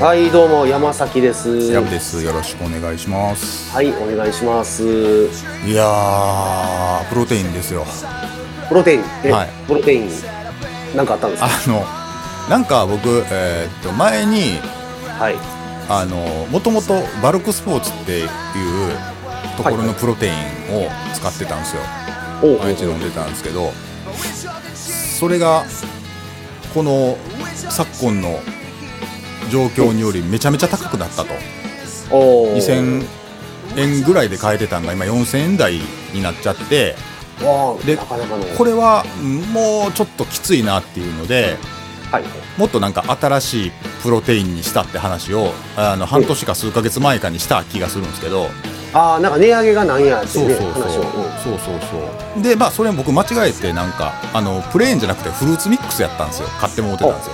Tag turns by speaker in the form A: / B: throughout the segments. A: はいどうも山崎です
B: ヤブです。よろしくお願いします。
A: はいお願いします
B: いやー、プロテインですよ。
A: プロテインえ
B: はい
A: プロテインなんかあったんですか
B: あの、なんか僕、えーっと、前に、
A: はい
B: あの、もともとバルクスポーツっていうところ
A: はいは
B: の
A: い
B: プロテインを使ってたんですよ。
A: おう
B: 毎日飲んでたんですけど、それが、この昨今の状況によりめちゃめちゃ高くなったと。
A: おう
B: 2000円ぐらいで買えてたんが今4000円台になっちゃって、
A: わあ
B: で
A: なかなかの
B: これはもうちょっときついなっていうので
A: はい
B: もっとなんか新しいプロテインにしたって話をあの半年か数ヶ月前かにした気がするんですけど、
A: ああなんか値上げがなんやって
B: そう
A: ね
B: そうそう
A: 話
B: そうそ
A: をうん
B: うそうそうでまあそれ僕間違えてなんかあのプレーンじゃなくてフルーツミックスやったんですよ買ってもうてたんですよ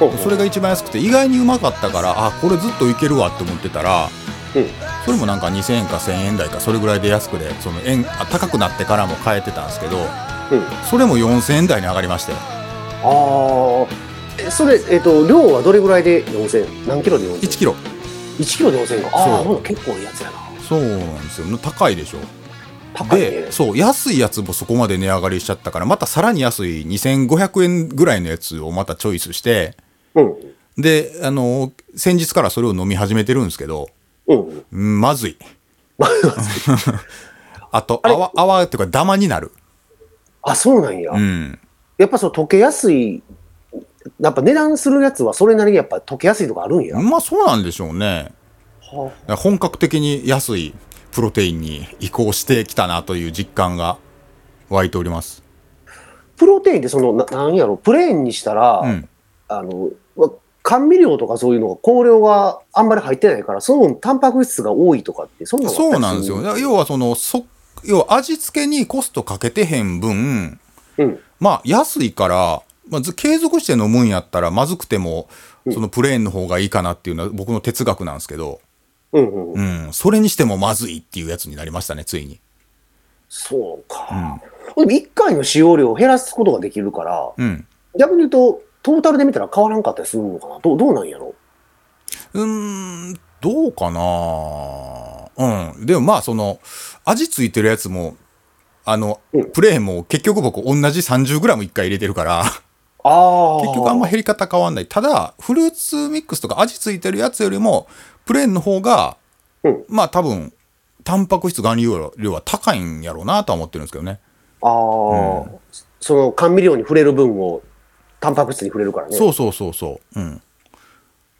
A: ほうほう
B: それが一番安くて意外にうまかったからあこれずっといけるわって思ってたら
A: うん
B: それもなんか2000円か1000円台かそれぐらいで安くでその円あ高くなってからも買えてたんですけど
A: うん
B: それも4000円台に上がりまして
A: ああえそれえっと量はどれぐらいで4000何キロで4000
B: 1キロ
A: 1キロで4000かああ
B: そう
A: ほな結構いいやつやな
B: そうなんですよ高いでしょ
A: 高いね
B: でそう安いやつもそこまで値上がりしちゃったからまたさらに安い2500円ぐらいのやつをまたチョイスして
A: うん
B: であの先日からそれを飲み始めてるんですけど
A: うん
B: うんま ずいあと
A: あれ
B: 泡泡っていうかダマになる
A: あそうなんや
B: うん
A: やっぱそう溶けやすい、やっぱ値段するやつはそれなりにやっぱ溶けやすいとかあるんや。
B: まあそうなんでしょうね
A: は
B: だから本格的に安いプロテインに移行してきたなという実感が湧いております
A: あプロテインってそのななんやろプレーンにしたら、
B: うん
A: あのま甘味料とかそういうのが香料があんまり入ってないからその分タンパク質が多いとかってそんなのあったり
B: そうなんですよ。だから要はその、そ要は味付けにコストかけてへん分、
A: うん
B: まあ安いから、まあ、ず継続して飲むんやったらまずくても、そのプレーンの方がいいかなっていうのは僕の哲学なんですけど、
A: うんうんうん
B: うん、それにしてもまずいっていうやつになりましたね、ついに。
A: そうか、でも1回の使用量を減らすことができるから
B: うん。
A: 逆に言うとトータルで見たら変わらんかったりするのかなどうどうなんやろ
B: うーん、どうかなうん。でもまあその、味付いてるやつも、あの、
A: うん
B: プレーンも結局僕同じ 30g 一回入れてるから、
A: ああ
B: 結局あんま減り方変わんないただフルーツミックスとか味付いてるやつよりもプレーンの方が、
A: うん
B: まあ多分タンパク質含有量は高いんやろうなとは思ってるんですけどね
A: ああ、
B: う
A: その甘味料に触れる分をタンパク質に触れるからね。
B: そうそうそうそううん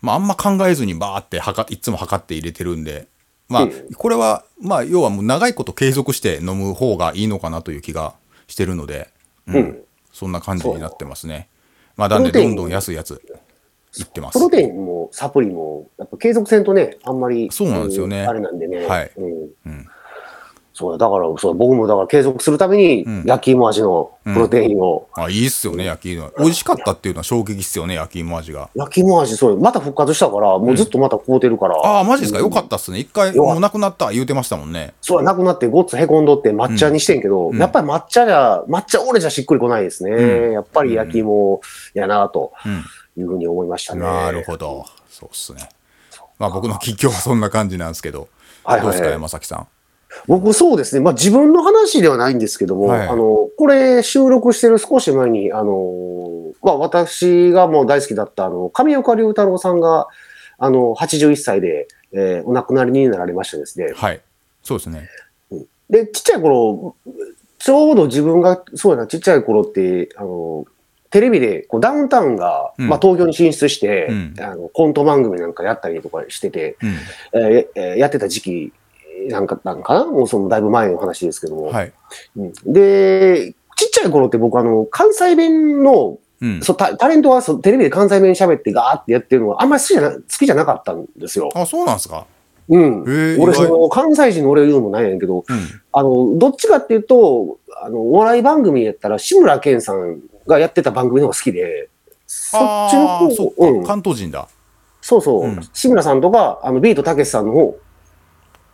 B: まああんま考えずにバーって測っいつも測って入れてるんでまあ、
A: うん
B: これはまあ要はもう長いこと継続して飲む方がいいのかなという気がしてるので、うん
A: うん
B: そんな感じになってますねまあなんで
A: プロテ
B: ど
A: イン
B: んどん安いやついってます
A: プロテインもサプリも、やっぱ継続せんとね、あんまり。
B: そうなんですよね
A: うんあれなんでね。
B: はい
A: うん
B: うん
A: そうだ、だから、そう、僕もだから継続するために、
B: うん
A: 焼き芋味のプロテインを。
B: あ、いいっすよね、焼き芋。美味しかったっていうのは衝撃っすよね、焼き芋味が。
A: 焼き芋味、そう、また復活したから、もうずっとまた凍ってるから。
B: ああ、マジですか、よか
A: た。
B: ったっすね。一回、
A: よかった
B: もうなくなった言うてましたもんね。
A: そう、なくなってごっつへこんどって抹茶にしてんけど、
B: うん
A: やっぱり抹茶じゃ、抹茶俺じゃしっくりこないですね。
B: う
A: やっぱり焼き芋やなと
B: う
A: いうふうに思いました
B: ん。
A: ね。
B: なるほど。そうっすね。まあ僕の吉況はそんな感じなんですけど。
A: はいはいはい
B: どうですか、山崎さん。
A: 僕そうですね、まあ、自分の話ではないんですけども、
B: はい
A: あのこれ収録してる少し前にあの、まあ、私がもう大好きだったあの上岡龍太郎さんがあの81歳で、えーお亡くなりになられましてですね
B: はい。そうですね。
A: でちっちゃい頃ちょうど自分がそうやなちっちゃい頃ってあのテレビでこうダウンタウンが、
B: うん
A: まあ、東京に進出して、
B: うん
A: あのコント番組なんかやったりとかしてて、
B: う
A: えーえーやってた時期なんかなんかなもうそのだいぶ前の話ですけども。
B: ん。はい。
A: うんで、ちっちゃい頃って僕、あの、関西弁の、
B: うん。
A: そうタタレントはそうテレビで関西弁喋ってガーってやってるのはあんまり好きじゃな好きじゃなかったんですよ。
B: あ、そうなんですか。
A: うん。
B: へえ。
A: 俺、
B: 意
A: そ
B: 外
A: の、関西人の俺が言うのもないんやけど、
B: うん。
A: あの、どっちかっていうと、あの、お笑い番組やったら、志村けんさんがやってた番組の方が好きで、そっちの
B: ああ、そ
A: 方
B: っ、か、
A: うん、
B: 関東人だ。
A: そうそう、
B: うん
A: 志村さんとか、あの、ビートたけしさんの方、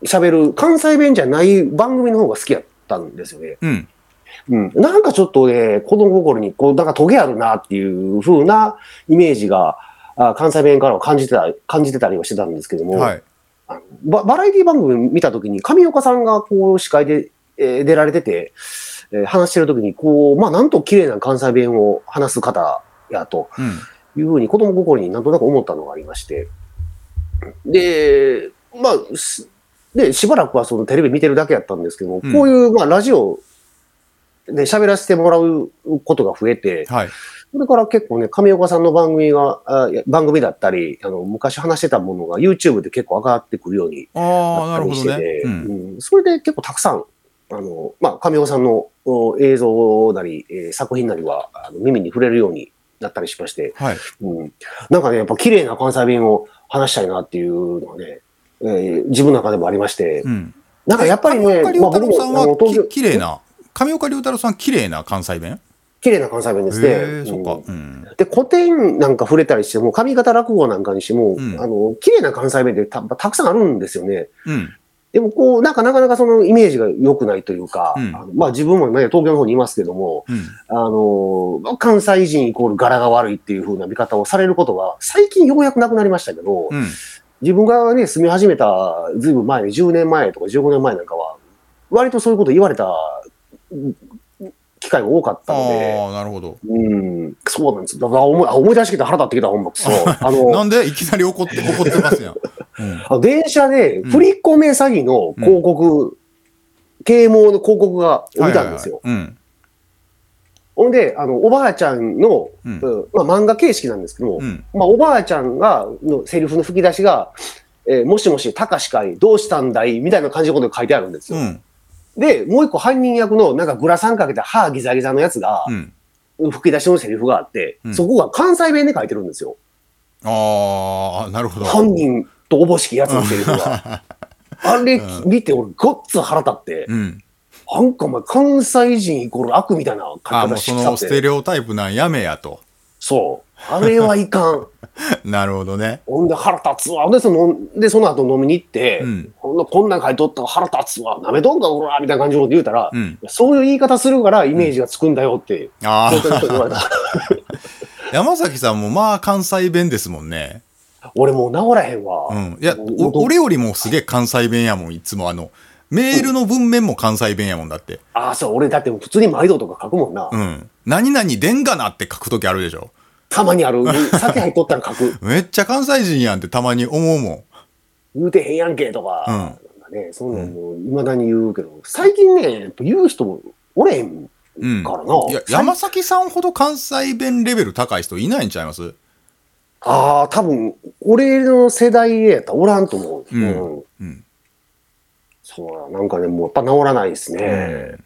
A: 喋る関西弁じゃない番組の方が好きやったんですよね。
B: うん。
A: うん、なんかちょっとね、子供心にこう、なんかトゲあるなっていう風なイメージがあ関西弁からは感じてた、感じてたりはしてたんですけども、
B: はい。
A: あのババラエティ番組見たときに、上岡さんがこう司会で、えー出られてて、えー話してるときに、こう、まあ、なんと綺麗な関西弁を話す方やと
B: うん。
A: いうふうに子供心になんとなく思ったのがありまして。で、まあ、すで、しばらくはそのテレビ見てるだけやったんですけども、
B: うん
A: こういう、まあ、ラジオで喋らせてもらうことが増えて、
B: はい。
A: それから結構ね、上岡さんの番組が、あいや番組だったり、あの、昔話してたものが YouTube で結構上がってくるように
B: ああ、
A: な
B: な
A: った
B: る
A: り
B: ほ
A: し
B: ど
A: て
B: ね
A: て、。
B: うん。
A: うんそれで結構たくさん、あの、まあ、上岡さんのお映像なり、えー作品なりはあの耳に触れるようになったりしまして、
B: はい。
A: うん、なんかね、やっぱ綺麗な関西弁を話したいなっていうのはね、えー自分の中でもありまして、
B: うん。
A: なんかやっぱりね、
B: 上岡龍
A: まあ
B: 太
A: 僕
B: 郎さん
A: もあの東
B: は
A: 京
B: き、綺麗な、上岡龍太郎さん綺麗な関西弁
A: 綺麗な関西弁
B: へ
A: ですね。
B: え、そっ
A: うん
B: か。うん。
A: で、古典なんか触れたりしても、髪型落語なんかにしても、
B: うん
A: あの、綺麗な関西弁ってたたくさんあるんですよね。
B: うん。
A: でもこう、なんかなかなかそのイメージが良くないというか、
B: うん
A: あのまあ自分もね、東京の方にいますけども、
B: うん。
A: あの、まあ関西人イコール柄が悪いっていう風な見方をされることが、最近ようやくなくなりましたけど、
B: うん。
A: 自分がね、住み始めた、ずいぶん前、10年前とか15年前なんかは、割とそういうこと言われた、うん機会が多かったので、
B: ああ、なるほど。
A: うん、そうなんですよ。だから思いあ思い出してきた腹立ってきた、ほんま。そう。あの、
B: なんでいきなり怒って、怒ってますやん。 うん。
A: あの電車で
B: うん
A: 振り込め詐欺の広告、啓蒙の広告が見たんですよ。
B: はいはいはい。うん。
A: ほんで、あの、おばあちゃんの、
B: うん
A: うんまあ漫画形式なんですけども、
B: うん。
A: まあおばあちゃんが、のセリフの吹き出しが、えーもしもし、たかしかい、どうしたんだいみたいな感じのことが書いてあるんです
B: う
A: よ。
B: ん。
A: で、もう一個犯人役の、なんかグラサンかけた歯ギザギザのやつが
B: う、ん。
A: 吹き出しのセリフがあって、
B: うん
A: そこが関西弁で書いてるんですよ。
B: ああ、なるほど。
A: 犯人とおぼしきやつのセリフが。あれ
B: う
A: 見て、俺、ごっつ腹立って、
B: うん。
A: なんかお前、関西人イコール悪みたいな書き
B: ああ、も
A: 方
B: う
A: し
B: そ
A: てた
B: の
A: っ
B: ステ
A: て。
B: レオタイプなんやめやと。
A: そう。あれはいかん。
B: なるほどね。
A: ほんで、腹立つわ。ほんで、その、で、その後飲みに行って、
B: うん。
A: ほんなこんなん書いとったら腹立つわ。なめとんか、ほら、みたいな感じのこと言うたら、
B: うん。
A: そういう言い方するからイメージがつくんだよって、
B: あ
A: 東京の人に言
B: あ、
A: われた。
B: 山崎さんもまあ関西弁ですもんね。
A: 俺もう治らへん
B: う
A: わ。
B: ん。いや、
A: お
B: お俺よりもすげえ関西弁やもん、いつもあの、メールの文面も関西弁やもんだって。
A: ああ、そう、俺だって普通に毎度とか書くもんな。
B: うん。何々でんがなって書くときあるでしょ。
A: たま にある。酒入っとったら書く。
B: めっちゃ関西人やんってたまに思うも
A: 言うてへんやんけとか、
B: うん
A: なんかね、そんなんもいまだに言うけど、最近ね、やっぱ言う人おれへんか
B: ん。うん。
A: らな。
B: いや、山崎さんほど関西弁レベル高い人いないんちゃいます
A: ああ、多分、俺の世代やったらおらんと思う。
B: う
A: うんん。
B: うん。
A: そうやなんかね、もうやっぱ治らないですね。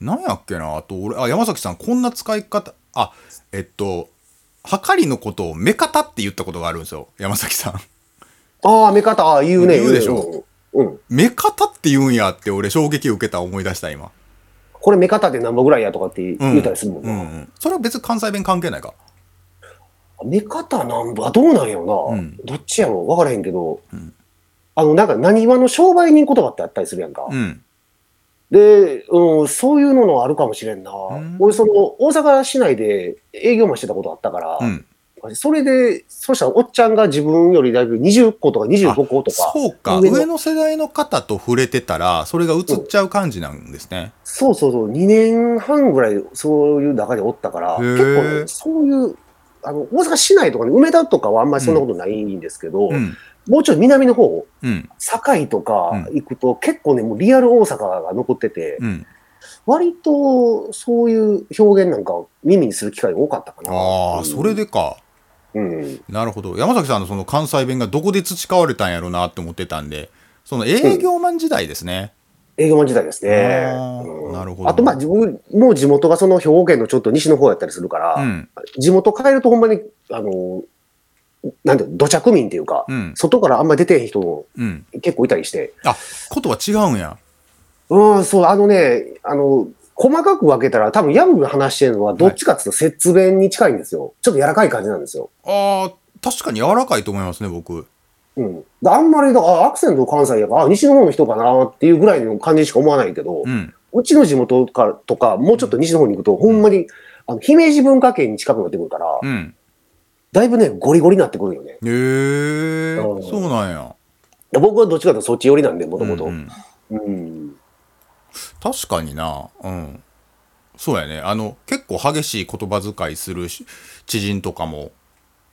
B: なんやっけなあと俺、あ、山崎さんこんな使い方、あ、えっと、はかりのことを目方って言ったことがあるんですよ。山崎さん。
A: ああ、目方、ああ、言うね、
B: 言うでしょ
A: ねうん。
B: 目方って言うんやって俺衝撃受けた思い出した今。
A: これ目方で何ぼぐらいやとかって
B: うん
A: 言ったりするもん
B: う
A: な。
B: んうん。それは別に関西弁関係ないか。
A: 目方なんぼ、あどうなんやろな。
B: うん
A: どっちやろうわからへんけど。
B: うん
A: あの、なんか、何話の商売人言葉ってあったりするやんか。
B: うん。
A: で、うん、そういうののあるかもしれんな。
B: ん
A: 俺、その、大阪市内で営業マンしてたことあったから、
B: うん。
A: それで、そしたらおっちゃんが自分よりだいぶ20個とか25個とか、
B: そうか。
A: 上の
B: 上の世代の方と触れてたら、それが映っちゃう感じなんですね。
A: そうそうそう、2年半ぐらいそういう中でおったから、
B: へー
A: 結構ね、そういう、あの、大阪市内とかね、梅田とかはあんまりそんなことないんですけど、
B: うん。
A: もうちょい南の方、
B: うん。
A: 堺とか
B: うん
A: 行くと、結構ね、もうリアル大阪が残ってて、
B: うん。
A: 割とそういう表現なんかを耳にする機会が多かったかな。
B: あ
A: う
B: あ、
A: ん
B: それでか。
A: うん、
B: なるほど。山崎さんのその関西弁がどこで培われたんやろうなって思ってたんで、その営業マン時代ですね。
A: 営業マン時代ですね。
B: あー
A: うん
B: なるほど
A: あと、まあ、自分、もう地元がその兵庫県のちょっと西の方やったりするから、
B: うん。
A: 地元変えるとほんまに、あの、なんていうの土着民っていうか、
B: うん。
A: 外からあんまり出てへん人も
B: うん。
A: 結構いたりして、
B: ことは違うんや。
A: うん、そう、あのね、あの、細かく分けたら、多分ヤムが話してるのは、どっちかっていうと、節弁に近いんですよ。ちょっと柔らかい感じなんですよ。
B: ああ、確かに柔らかいと思いますね、僕。
A: うん。であんまりだ、あ、アクセント関西やから、あ、西の方の人かなっていうぐらいの感じしか思わないけど、
B: うん。
A: うちの地元からとか、もうちょっと西の方に行くと、ほんまに、あの、姫路文化圏に近くなってくるから、
B: うん。
A: だいぶね、ゴリゴリになってくるよね。
B: へえ
A: うん
B: そうなんや
A: で僕はどっちかというとそっち寄りなんで、もともと
B: うんう。ん
A: うん。
B: 確かになうんそうやねあの結構激しい言葉遣いするし知人とかも、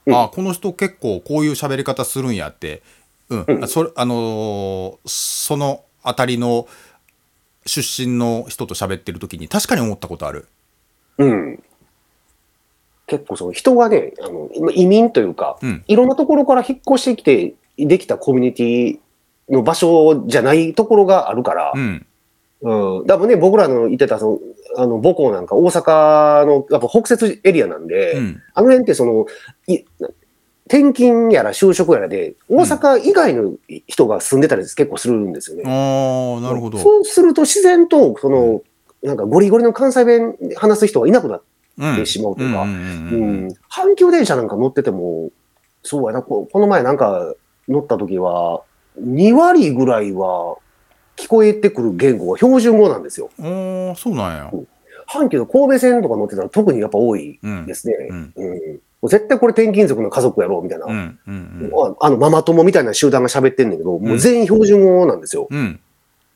A: うん
B: あこの人結構こういう喋り方するんやってうん、
A: うん
B: あそれあのーその辺りの出身の人と喋ってる時に確かに思ったことある
A: うん。結構その人がね、あの、今移民というか、
B: うん
A: いろんなところから引っ越してきて、できたコミュニティの場所じゃないところがあるから
B: う、ん
A: うん。多分ね、僕らの言ってた、その、あの、母校なんか大阪の、やっぱ北節エリアなんで、
B: うん
A: あの辺ってその、い転勤やら就職やらで、大阪以外の人が住んでたり結構するんですよね。
B: あーなるほど
A: そうすると自然と、その、なんかゴリゴリの関西弁で話す人がいなくなって、
B: うん
A: てしまうというか
B: んんう
A: う
B: んうん
A: ん阪急電車なんか乗ってても、そうやな、ここの前なんか乗った時は、2割ぐらいは聞こえてくる言語が標準語なんですよ。
B: あーそうなんや
A: 阪急の神戸線とか乗ってたら特にやっぱ多い
B: うん
A: ですね。
B: うん
A: うんもう絶対これ転勤族の家族やろうみたいな。
B: うんうん
A: あの、ママ友みたいな集団が喋ってんだけど、もう全員標準語なんですよ。
B: うんうん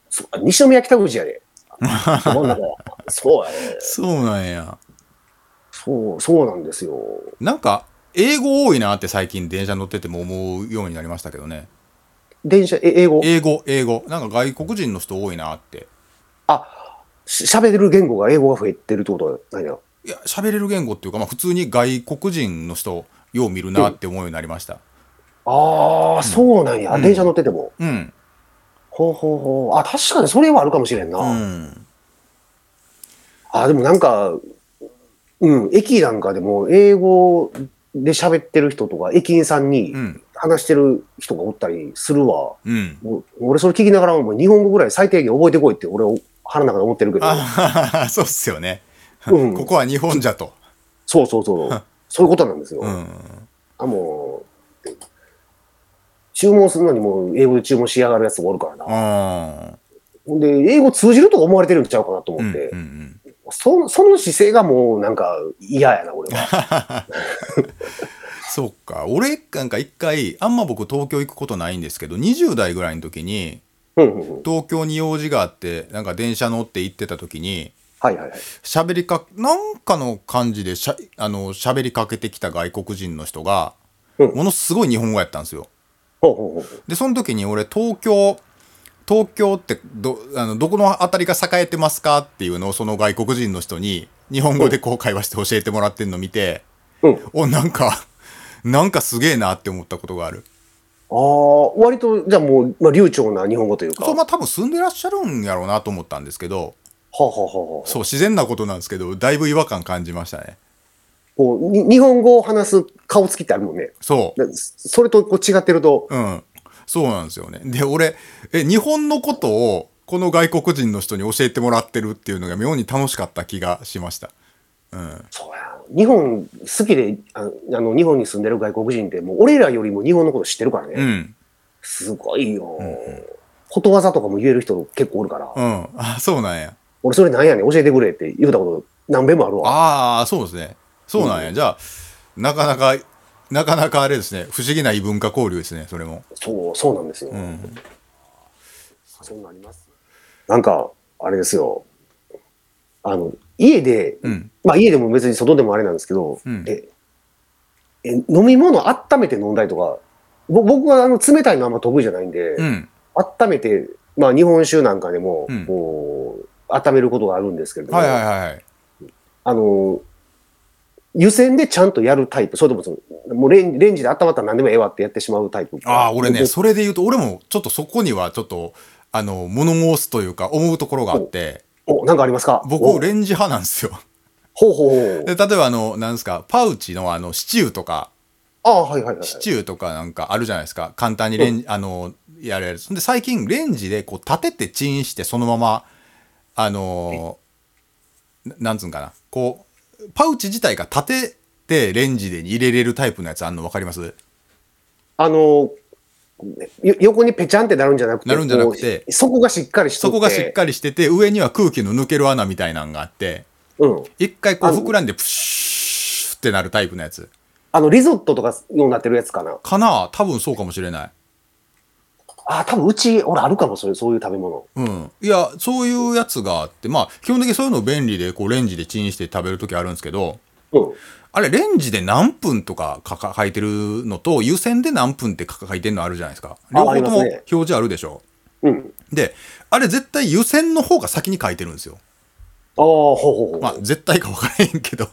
A: そうあ西宮北口やで。ど真ん中やそうやね。
B: そうなんや
A: そう、そうなんですよ。
B: なんか英語多いなって最近電車乗ってても思うようになりましたけどね
A: 電車、え英語、
B: 英語英語なんか外国人の人多いなって
A: し喋る言語が英語が増えてるってことはないな。
B: いや喋れる言語っていうか、まあ、普通に外国人の人よう見るなって思うようになりました
A: ああ、そうなんや。
B: うん
A: 電車乗ってても。
B: うん
A: ほうほうほう。あ、確かにそれはあるかもしれんな。
B: うん
A: あ、でもなんか、うん、駅なんかでも英語で喋ってる人とか、駅員さんに
B: うん
A: 話してる人がおったりするわ。
B: うん
A: もう俺それ聞きながらもう日本語ぐらい最低限覚えてこいって俺を腹の中で思ってるけど、
B: ああ そうっすよね、
A: うん
B: ここは日本じゃと
A: そうそう そう、そういうことなんですよ。
B: うん
A: あ、もう、注文するのにもう英語で注文しやがるやつがおるからな。
B: あ
A: ほんで、英語通じるとか思われてるんちゃうかなと
B: ーう
A: 思っ
B: ん
A: て、
B: うんうん
A: そその姿勢がもうなんか嫌やな、俺 は。
B: そうか俺なんか一回あんま僕東京行くことないんですけど20代ぐらいの時に
A: うんうんうん。
B: 東京に用事があってなんか電車乗って行ってた時に
A: はいはいはい。
B: 喋りかなんかの感じでしゃあの喋りかけてきた外国人の人が
A: うん
B: ものすごい日本語やったんですよ。
A: ほうほうほう。
B: でその時に俺東京東京ってどあのどこの辺りが栄えてますかっていうのをその外国人の人に日本語でこう会話して教えてもらってんの見て、
A: うん
B: おなんかなんかすげえなって思ったことがある。
A: ああ、割と、じゃあもう、まあ、流暢な日本語というか。
B: そう
A: は
B: まあ多分住んでらっしゃるんやろうなと思ったんですけど
A: あ、はあはあはあ
B: そう自然なことなんですけどだいぶ違和感感じましたね。
A: こうに日本語を話す顔つきってあるもんね。
B: そう
A: だそれとこう違ってると、
B: うん。そうなんですよね。で、俺、え、日本のことを、この外国人の人に教えてもらってるっていうのが妙に楽しかった気がしました。うん。
A: そうや。日本好きであ、あの、日本に住んでる外国人って、もう俺らよりも日本のこと知ってるからね。
B: うん。
A: すごいよ、ことわざとかも言える人結構おるから、
B: うん。あ、そうなんや。
A: 俺それなんやねん、教えてくれって言うたこと何べんもあるわ。
B: ああ、そうですね。そうなんや。じゃあ、なかなか、なかなかあれですね。不思議な異文化交流ですね、それも。
A: そう、そうなんですよ。
B: うん。
A: そうなります。なんか、あれですよ。あの、家で、
B: うん。
A: まあ家でも別に外でもあれなんですけど、
B: うん
A: ええ飲み物温めて飲んだりとか、ぼ僕はあの冷たいのあんま得意じゃないんで、
B: うん。
A: 温めて、まあ日本酒なんかでも、
B: うん
A: こう、温めることがあるんですけれども、
B: はいはいはいはい。
A: あの、湯煎でちゃんとやるタイプ、それともその、もうレンレンジで温まったら何でもええわってやってしまうタイプ。
B: ああ、俺ね、
A: で
B: それで言うと、俺もちょっとそこにはちょっと、あの、物申すというか、思うところがあって、
A: お、なんかありますか
B: 僕、
A: お
B: レンジ派なんですよ。
A: ほうほうほう
B: で。例えばあのなんですかパウチのあのシチューとか
A: ああ、はいはいはい。
B: シチューとかなんかあるじゃないですか簡単にレン、あのやれるで最近レンジでこう立ててチンしてそのままあのーななんつうんかなこうパウチ自体が立ててレンジで入れれるタイプのやつあんの分かります
A: あの、よ横にペチャンってなるんじゃなくて、
B: なるんじゃなくて
A: こうそこがしっかりしと
B: そ
A: って
B: こがしっかりしてて上には空気の抜ける穴みたいなんがあって
A: うん。
B: 一回こう
A: あの
B: 膨らんでプシューってなるタイプのやつ
A: あの、リゾットとかようになってるやつかな。
B: かな多分そうかもしれない。
A: ああ、多分うち、俺あるかも、それ、そういう食べ物。
B: うん。いや、そういうやつがあって、まあ、基本的にそういうの便利で、こう、レンジでチンして食べるときあるんですけど、
A: うん。
B: あれ、レンジで何分とかかか書いてるのと、湯煎で何分ってかか書いてるのあるじゃないですか。両
A: あ
B: 方
A: り
B: と
A: ます
B: も
A: ね
B: 表示あるでしょ。
A: うん。
B: で、あれ絶対湯煎の方が先に書いてるんですよ。
A: ああ、ほうほうほう。
B: まあ、絶対か分からへんけど。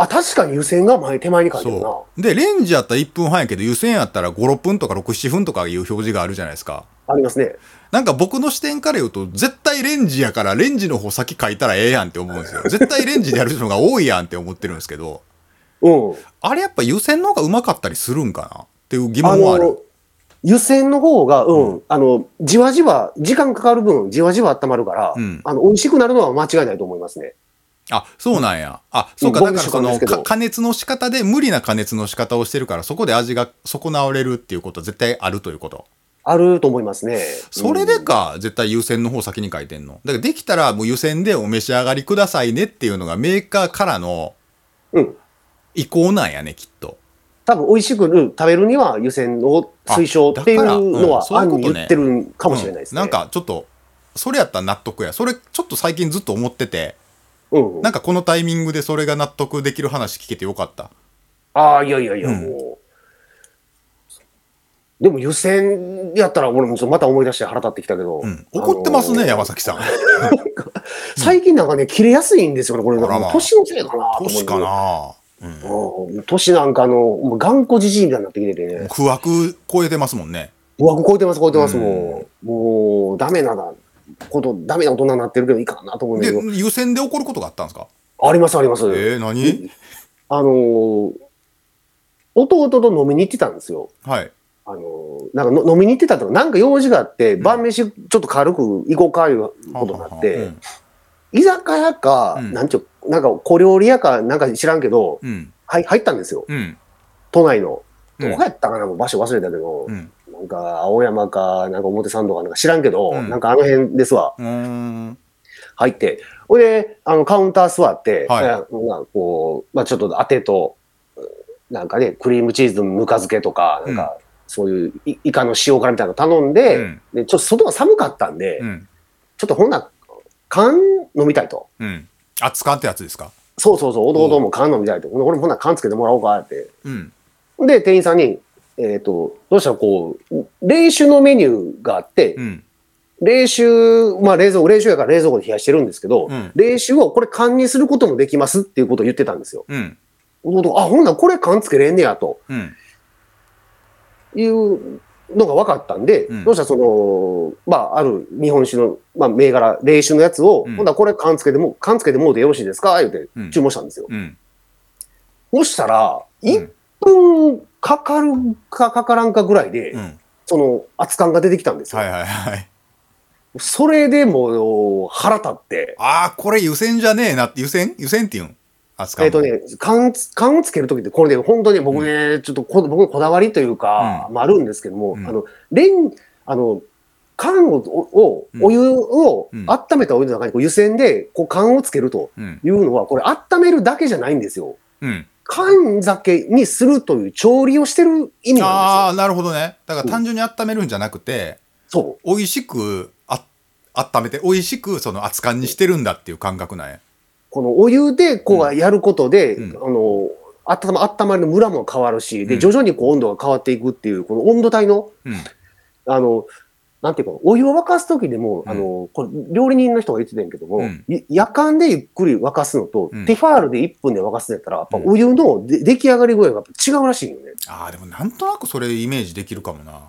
A: あ、確かに湯煎が前、手前に書いてるな。
B: そう。で、レンジやったら1分半やけど、湯煎やったら5、6分とか6、7分とかいう表示があるじゃないですか。
A: ありますね。
B: なんか僕の視点から言うと、絶対レンジやから、レンジの方先書いたらええやんって思うん ですよ。絶対レンジでやる人が多いやんって思ってるんですけど、
A: うん。
B: あれやっぱ湯煎の方がうまかったりするんかなっていう疑問はある。
A: の、湯煎の方が、うん、あの、じわじわ、時間かかる分、じわじわ温まるから、
B: うん
A: あの、美味しくなるのは間違いないと思いますね。
B: あ、そうなんや。あ、そうか、
A: うん
B: だからそ
A: 僕も
B: の
A: 一緒なんですけ
B: か
A: ど
B: 加熱の仕方で無理な加熱の仕方をしてるから、そこで味が損なわれるっていうことは絶対あるということ。
A: あると思いますね。
B: それで
A: うん
B: か、絶対湯煎の方先に書いてんの。だからできたらもう湯煎でお召し上がりくださいねっていうのがメーカーからの
A: うん。
B: 意向なんやね、きっと。
A: 多分美味しくうん食べるには湯煎を推奨っていうの
B: あだから
A: は
B: うん
A: 案
B: そういうことね
A: に言ってるかもしれないですね。
B: うんなんかちょっと、それやったら納得や。それちょっと最近ずっと思ってて、
A: うん、
B: なんかこのタイミングでそれが納得できる話聞けてよかった。
A: ああ、いやいやいや、
B: うん
A: もう。でも湯煎やったら俺もちょっとまた思い出して腹立ってきたけど。
B: うん。怒ってますね、
A: あのー
B: 山崎さん。
A: 最近なんかね、切れやすいんですよね、これ。
B: あらまあ
A: 年のせいかなと思
B: 年かな。うん。
A: うんうん年なんかあの、もう頑固じじいみたいになってきててね。
B: 不惑超えてますもんね。
A: うわ、超えてます、超えてます、もう。もう、ダメななこと、ダメな大人になってるけどいいかなと思うんだ
B: で
A: けど。、
B: 湯煎で起こることがあったんですか
A: あります、あります。
B: えー、何
A: あのー弟と飲みに行ってたんですよ。
B: はい。
A: あのーなんかの飲みに行ってたとか、なんか用事があって、晩飯ちょっと軽く行こうかいうことになって、
B: うん
A: 居酒屋か、
B: うん
A: なんちゅう、なんか小料理屋かなんか知らんけど、
B: うん。
A: はい、入ったんですよ。
B: うん。
A: 都内の。
B: うん
A: どこやったかなもう場所忘れたけど、
B: うん。
A: なんか青山か、なんか表参道かなんか知らんけど、
B: うん
A: なんかあの辺ですわ。
B: うーん。
A: 入って、ほいで、あの、カウンター座って、
B: はい
A: ななんかこう、まあちょっと当てと、なんかね、クリームチーズのぬか漬けとか、なんか、そういういイカの塩辛みたいなの頼んで、
B: うん
A: で、ちょっと外が寒かったんで、
B: うん。
A: ちょっとほんな、缶飲みたいと。
B: うん。あ、使ってやつですか
A: そうそうそう、弟も缶飲みたいと。ほんで俺もほんなら缶つけてもらおうかって。
B: うん。
A: で、店員さんに、えっ、と、どうしたらこう、冷酒のメニューがあって、
B: うん。
A: 冷酒、まあ冷蔵庫、冷酒やから冷蔵庫で冷やしてるんですけど、
B: うん
A: 冷酒をこれ缶にすることもできますっていうことを言ってたんですよ。
B: うん。
A: 弟があ、ほんならこれ缶つけれんねや、と
B: うん。
A: いうのが分かったんで、
B: うん
A: どうしたらその、まあ、ある日本酒の、まあ、銘柄、冷酒のやつを、
B: うん
A: ほんならこれ缶つけても、缶つけてもうてよろしいですか言うて
B: うん
A: 注文したんですよ。
B: うん。
A: そしたら、
B: う
A: 1
B: ん
A: 分かかるかかからんかぐらいで、
B: うん。
A: その熱感が出てきたんですよ。
B: はいはいはい。
A: それでもう腹立って、
B: ああ、これ湯煎じゃねえなって、湯煎湯煎っていうん。扱う。
A: えっと。ね、缶つ缶をつけるときって、これね、本当に僕ね、ちょっとこ僕のこだわりというか、
B: う
A: まあ、あるんですけども、
B: うん
A: あの、レン、あの、缶を、を
B: うん
A: お湯を
B: うん
A: 温めたお湯の中にこう湯煎でこう缶をつけると
B: うん。
A: いうのは、これ温めるだけじゃないんですよ。
B: うん。
A: 缶酒にするという調理をしてる意味
B: あ
A: なん
B: あ、なるほどね。だから単純に温めるんじゃなくて、
A: ですよ。そう。
B: 美味しく、あ、温めて、美味しく、その熱燗にしてるんだっていう感覚なんや。
A: このお湯でこ
B: う
A: うやることで、
B: うん
A: あの、温ま温まりのムラも変わるし、
B: う
A: で、
B: ん
A: 徐々にこう温度が変わっていくっていう、この温度帯の
B: うん。
A: あの、なんていうか、お湯を沸かすときでも、
B: うん
A: あの、これ、料理人の人が言ってたんやけども、
B: うん
A: い夜間でゆっくり沸かすのと、
B: うん
A: ティファールで1分で沸かすのやったら、やっぱ
B: うん
A: お湯ので出来上がり具合がやっぱ違うらしいよね。っ
B: ああ、でもなんとなくそれイメージできるかもな。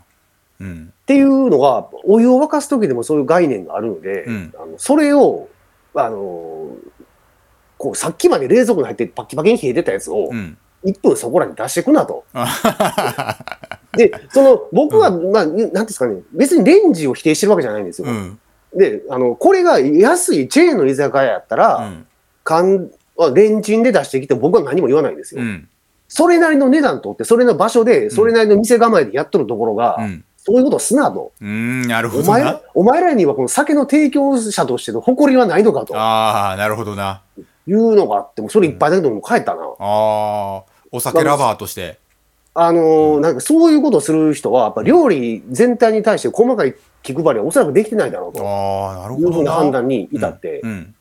B: うん。
A: ていうのが、お湯を沸かすときでもそういう概念があるので、
B: うん
A: あのそれを、あの、こう、さっきまで冷蔵庫に入ってパキパキに冷えてたやつを
B: う、ん。
A: 1分そこらに出してくな と。
B: あははは
A: で、その、僕は、
B: う
A: まあ、なんていうんですかね、別にレンジを否定してるわけじゃないんですよ。
B: うん。
A: で、あの、これが安いチェーンの居酒屋やったら、
B: うん。
A: 缶はレンチンで出してきても僕は何も言わないんですよ。
B: うん。
A: それなりの値段とって、それなりの場所で、それなりの店構えでやっとるところが、
B: うん。
A: そういうことをすなと。
B: うん。なるほ
A: お
B: ど
A: 前
B: な
A: ら。お前らにはこの酒の提供者としての誇りはないのかと
B: ああ、なるほどな。
A: いうのがあって、もうそれいっぱいだけどもう帰ったな。
B: ああ、お酒ラバーとして。
A: あのーなんかそういうことをする人は、やっぱ料理全体に対して細かい気配りはおそらくできてないだろうと
B: ああ、なる
A: いう
B: ほ
A: ふ
B: ど
A: うな
B: な。
A: 判断に至って、
B: うんうん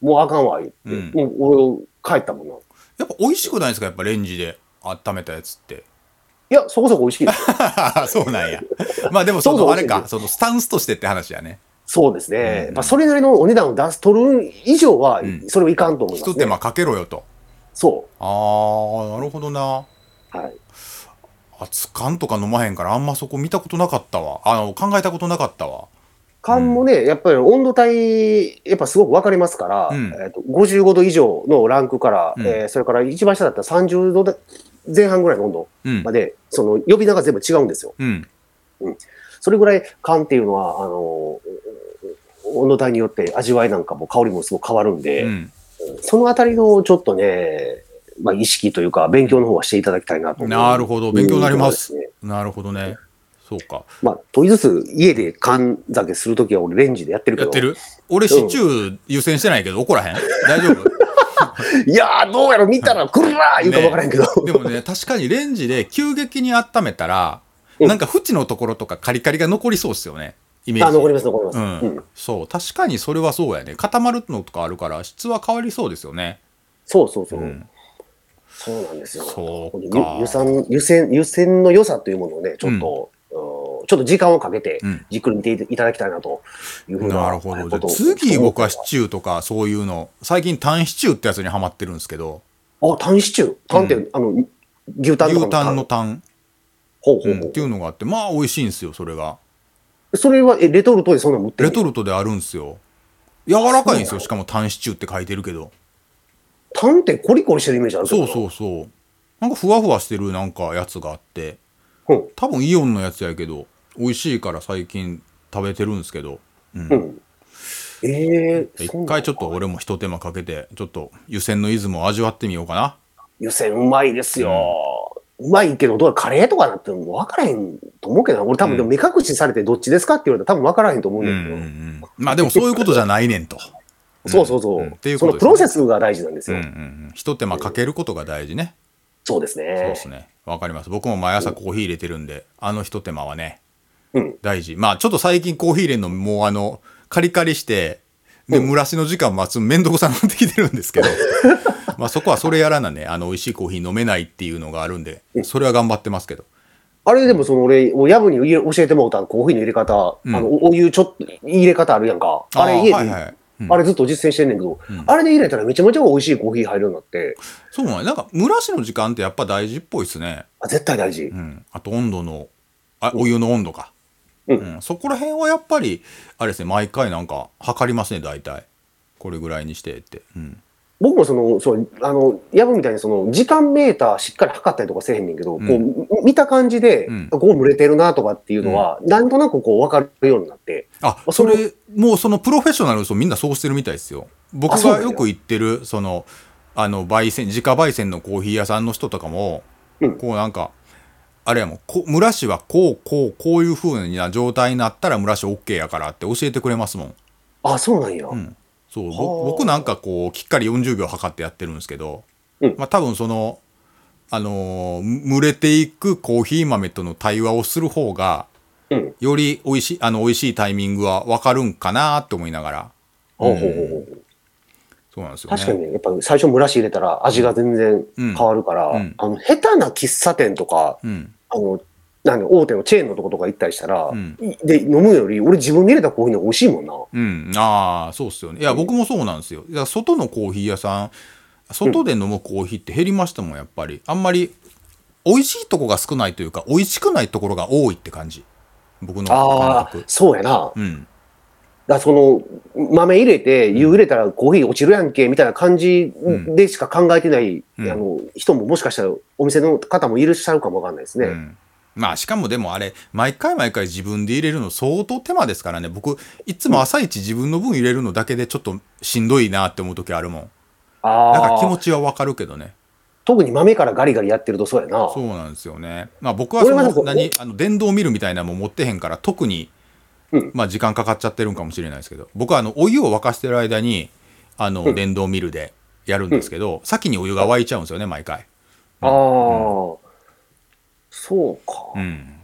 A: もうあかんわ、言って、
B: うん
A: もう俺、帰ったもんな。い
B: やっぱ美味しくないですかやっぱレンジで温めたやつって。
A: や、そこそこ美味しいです。
B: そうなんや。まあでもそ
A: そ
B: の
A: うそう
B: あれか、そのスタンスとしてって話やね。
A: そうですね。
B: うん
A: まあ、それなりのお値段を出す、取る以上は
B: ん、
A: それはいかんと思いま
B: 一
A: す、
B: 手
A: ね
B: 間かけろよと。
A: そ
B: ああ、なるほどな。
A: う。はい。
B: 熱燗とか飲まへんからあんまそこ見たことなかったわ。あの考えたことなかったわ。
A: 缶もね、やっぱり温度帯、やっぱすごく分かれますから、
B: うん
A: えっと55度以上のランクから、
B: うん
A: えーそれから一番下だったら30度で前半ぐらいの温度
B: うん
A: ま。で、その呼び名が全部違うんですよ。
B: うん。
A: それぐらい缶っていうのは、あのー温度帯によって味わいなんかも香りもすごく変わるんで、
B: うん。
A: そのあたりのちょっとね、まあ、意識というか、勉強の方はしていただきたいなと思う
B: なるほど勉強になります
A: うんそうでね
B: なるほどね。そうか。
A: まあ、問いずつ家で缶酒するときは俺レンジでやってるけ
B: や
A: ど。
B: ってる俺シチュー優先してないけど怒らへん大丈夫
A: いやー、どうやろ、見たら、くるらー言うか分からへんけど。
B: でも ね、確かにレンジで急激に温めたら、なんか縁のところとかカリカリが残りそうですよね。イメージ。
A: あ、残ります、残ります。
B: うん。そう。確かにそれはそうやね。固まるのとかあるから、質は変わりそうですよね。
A: そうそうそう。
B: うん。
A: そうなんですよ。
B: そう
A: ゆ
B: か
A: 湯煎、湯煎、湯煎の良さというものをね、ちょっと、うんちょっと時間をかけて
B: うん、
A: じっくり見ていただきたいなというふうな。
B: なるほど。じゃ
A: こと
B: あ
A: を
B: 次僕はシチューとかそういうの、最近タンシチューってやつにハマってるんですけど、
A: あ、タンシチュー。タンって、あの、牛タンとか
B: 牛タンの。タン、
A: ほうほ
B: う
A: うんほ
B: っていうのがあって、まあ美味しいんですよ、それが。
A: う。それは、え、レトルトでそんなの売ってる
B: レトルトであるんですよ。柔らかいんですよ。しかもタンシチューって書いてるけど。
A: タンってコリコリしてるイメージあるけ
B: そ
A: ど
B: うそうそう。なんかふわふわしてるなんかやつがあって、
A: うん
B: 多分イオンのやつやけど、美味しいから最近食べてるんですけど、うん
A: うん。えー、
B: 一回ちょっと俺も一手間かけて、ちょっと湯煎のイズムを味わってみようかな。
A: 湯煎うまいですよ。うまいけど、どうやカレーとかなっても分からへんと思うけどな、俺多
B: うん
A: 分でも目隠しされてどっちですかって言われたら多分分からへんと思うん
B: うん
A: だ
B: う
A: け
B: ん
A: ど、
B: うん、まあでもそういうことじゃないねんと。
A: そうそうそう、
B: うんっていう
A: そ
B: ことですね
A: のプロセスが大事なんです
B: うんう
A: よ。
B: んうん、一手間かけることが大事ね。
A: そうです
B: そうで
A: ね。
B: すね。わかります。僕も毎朝コーヒー入れてるんで、あの一手間はね、
A: うん
B: 大事。まあちょっと最近コーヒー入れるのもうあの、カリカリして、で、蒸らしの時間待つのめんどくさになってきてるんですけど、 まあそこはそれやらなね、あの、美味しいコーヒー飲めないっていうのがあるんで、それは頑張ってますけど。
A: あれでもその俺、もうヤブに教えてもらったコーヒーの入れ方、
B: うん
A: あのおお湯ちょっと入れ方あるやんか。あれ
B: ー
A: 家で、
B: はいはい。うん
A: あれずっと実践してんねんけど、あれで入れたらめちゃめちゃ美味しいコーヒー入るようになって、
B: そうなんやなんか蒸らしの時間ってやっぱ大事っぽいですね。
A: あ絶対大事。
B: うん、あと温度のあお湯の温度か、
A: うん
B: そこら辺はやっぱりあれですね毎回なんか測りますね大体これぐらいにしてって、うん、
A: 僕もその、そう、あの、やぶみたいにその、時間メーターしっかり測ったりとかせえへんねんけど、
B: うん
A: こう、み見た感じで、
B: うん
A: こう蒸れてるなとかっていうのは、なんとなくこう分かるようになって、
B: あ
A: あ
B: そ
A: それ
B: れもうそのプロフェッショナルの人みんなそうしてるみたいですよ僕
A: あそうな
B: が
A: んや
B: よく行ってるそのあの焙煎自家焙煎のコーヒー屋さんの人とかも、
A: うん
B: こうなんかあれやもんこ蒸らしはこうこうこういうふうな状態になったら蒸らし OK やからって教えてくれますもん
A: あ、そうなんや。
B: うん、そうぼ
A: はあ
B: 僕なんかこうきっかり40秒測ってやってるんですけど、
A: うん
B: まあ、多分その、あのー蒸れていくコーヒー豆との対話をする方が
A: うん。
B: より美味しいあの美味しいタイミングは分かるんかなと思いながら
A: ほうほうほうほう
B: そうなんですよね
A: 確かにね、やっぱ最初蒸らし入れたら味が全然変わるから、
B: うんうん
A: あの、下手な喫茶店とか、
B: うん、
A: あの、なんだ大手のチェーンのとことか行ったりしたら、
B: ん
A: いで、飲むより、俺自分で入れたコーヒーの方が美味しいもん
B: う
A: な。
B: ん、ああそうっすよねいや僕もそうなんですよいや外のコーヒー屋さん外で飲むコーヒーって減りましたもんやっぱりあんまり美味しいとこが少ないというか美味しくないところが多いって感じ僕の感
A: ああ
B: 覚、
A: そうやな。
B: うん
A: だからその豆入れて湯入れたらコーヒー落ちるやんけみたいな感じ
B: うん
A: でしか考えてない、
B: うん
A: あの人ももしかしたらお店の方もいらっしゃるかもわかんないですね。
B: うんまあしかもでもあれ毎回毎回自分で入れるの相当手間ですからね僕いつも朝一自分の分入れるのだけでちょっとしんどいなって思う時あるもんなん
A: あ
B: か気持
A: あ
B: ちはわかるけどね
A: 特に豆からガリガリやってるとそうやな
B: そうなんですよねまあ僕はそ
A: 俺はなん
B: の
A: か
B: 何あの電動ミルみたいなのも持ってへんから特に、
A: うん
B: まあ時間かかっちゃってるんかもしれないですけど僕はあのお湯を沸かしてる間にあの電動ミルでやるんですけど、先にお湯が沸いちゃうんですよね毎回
A: ああ、そうか。
B: うん。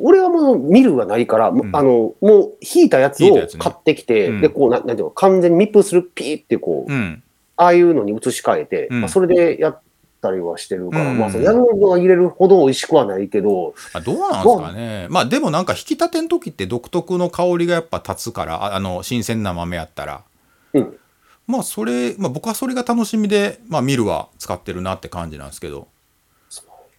A: 俺はもう見るがないから、もう
B: うん
A: あの、もう引いたやつ
B: 引い
A: を
B: たやつね
A: 買ってきて、
B: うん
A: で、こうな、なんていうの、完全に密封するピーってこう、
B: うん。
A: ああいうのに移し替えて、
B: うん
A: まあ、それでやったりはしてるから、
B: うん
A: まあ、そのヤングが入れるほど美味しくはないけど、
B: あどうなんですかね。まあでもなんか引き立ての時って独特の香りがやっぱ立つから、ああの、新鮮な豆やったら。
A: うん。
B: まあそれ、まあ僕はそれが楽しみで、まあミルは使ってるなって感じなんですけど。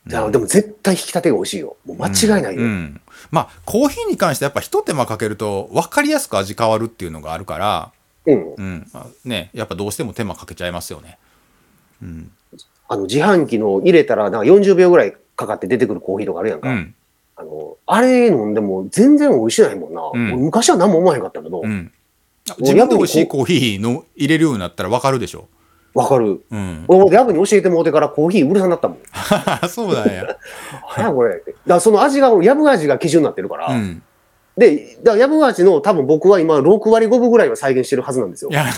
A: いやでも絶対引き立てが美味しいよ。もう間違いないよ。
B: うんうんまあコーヒーに関してやっぱひと手間かけると分かりやすく味変わるっていうのがあるから、
A: うん
B: うんまあね、やっぱどうしても手間かけちゃいますよね。うん
A: あの自販機の入れたらなんか40秒ぐらいかかって出てくるコーヒーとかあるやんか、
B: うん
A: あのあれ飲んでも全然美味しないもんな、
B: ん
A: 俺昔は何も思わへんかったけど、
B: うん、自分で美味しいコーヒーの入れるようになったら分かるでしょ。
A: わかる
B: うん、
A: 俺もヤブに教えてもうてからコーヒーうるさになったもん
B: そうなんや。
A: 何やこれってだからその味が俺ヤブ味が基準になってるから、
B: うん、
A: でだからヤブ味の多分僕は今6割5分ぐらいは再現してるはずなんです よ
B: いやい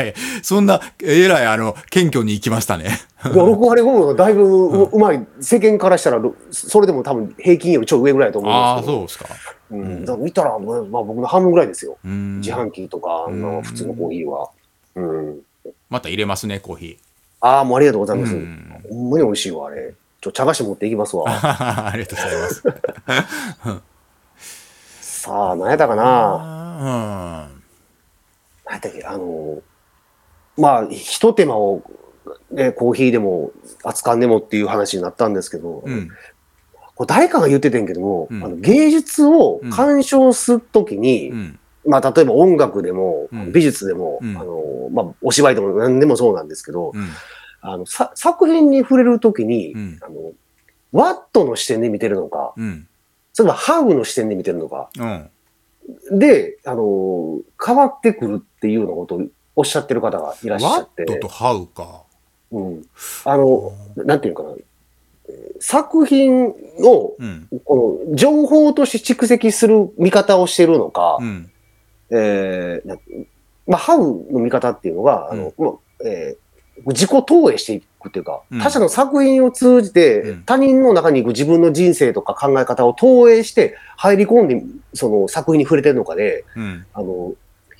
B: やいや、そんな、えらい、あの、謙虚に行きましたね。
A: いや6割5分はだいぶう,、まい世間からしたらろそれでも多分平均よりちょい上ぐらいだと思
B: あ
A: うん
B: あ、
A: ですけど
B: そうですか。
A: うんだから見たら、まあ、僕の半分ぐらいですよ
B: うん
A: 自。販機とか、あ
B: うん
A: の普通のコーヒーは。うん。
B: また入れますね、コーヒ
A: ああ、もうありがとうござい
B: ー。
A: ます。
B: うん、
A: ほんまに美味しいわ、あれ。ちょ、茶菓子持っていきますわ。
B: ありがとうございます。
A: さあ、何やったかな
B: あ
A: 何やったっけあの、まあ、ひと手間を、ね、コーヒーでも、扱んでもっていう話になったんですけど、
B: うん。うん。
A: これ誰かが言っててんけども、
B: うん
A: あの芸術を鑑賞するときに、
B: うん。
A: まあ、例えば音楽でも、
B: うん
A: 美術でも、
B: うん
A: あの、まあ、お芝居でも何でもそうなんですけど、
B: うん。
A: あの、さ作品に触れるときに、
B: うん。
A: あの、ワットの視点で見てるのか、
B: うん。
A: それはハウの視点で見てるのか、
B: うん。
A: で、あの、変わってくるっていうようなことをおっしゃってる方がいらっしゃ
B: ワ
A: って
B: ッ、トとハウか。
A: うん、あの、なんていうのかな、えー作品を、
B: うん。
A: この情報として蓄積する見方をしてるのか
B: う、ん。
A: えーなまあ、ハウの見方っていうのが、あの、まあえー自己投影していくっていうか、
B: うん
A: 他者の作品を通じて、
B: うん
A: 他人の中に行く自分の人生とか考え方を投影して入り込んで、その作品に触れてるのかで、
B: うん。
A: あの、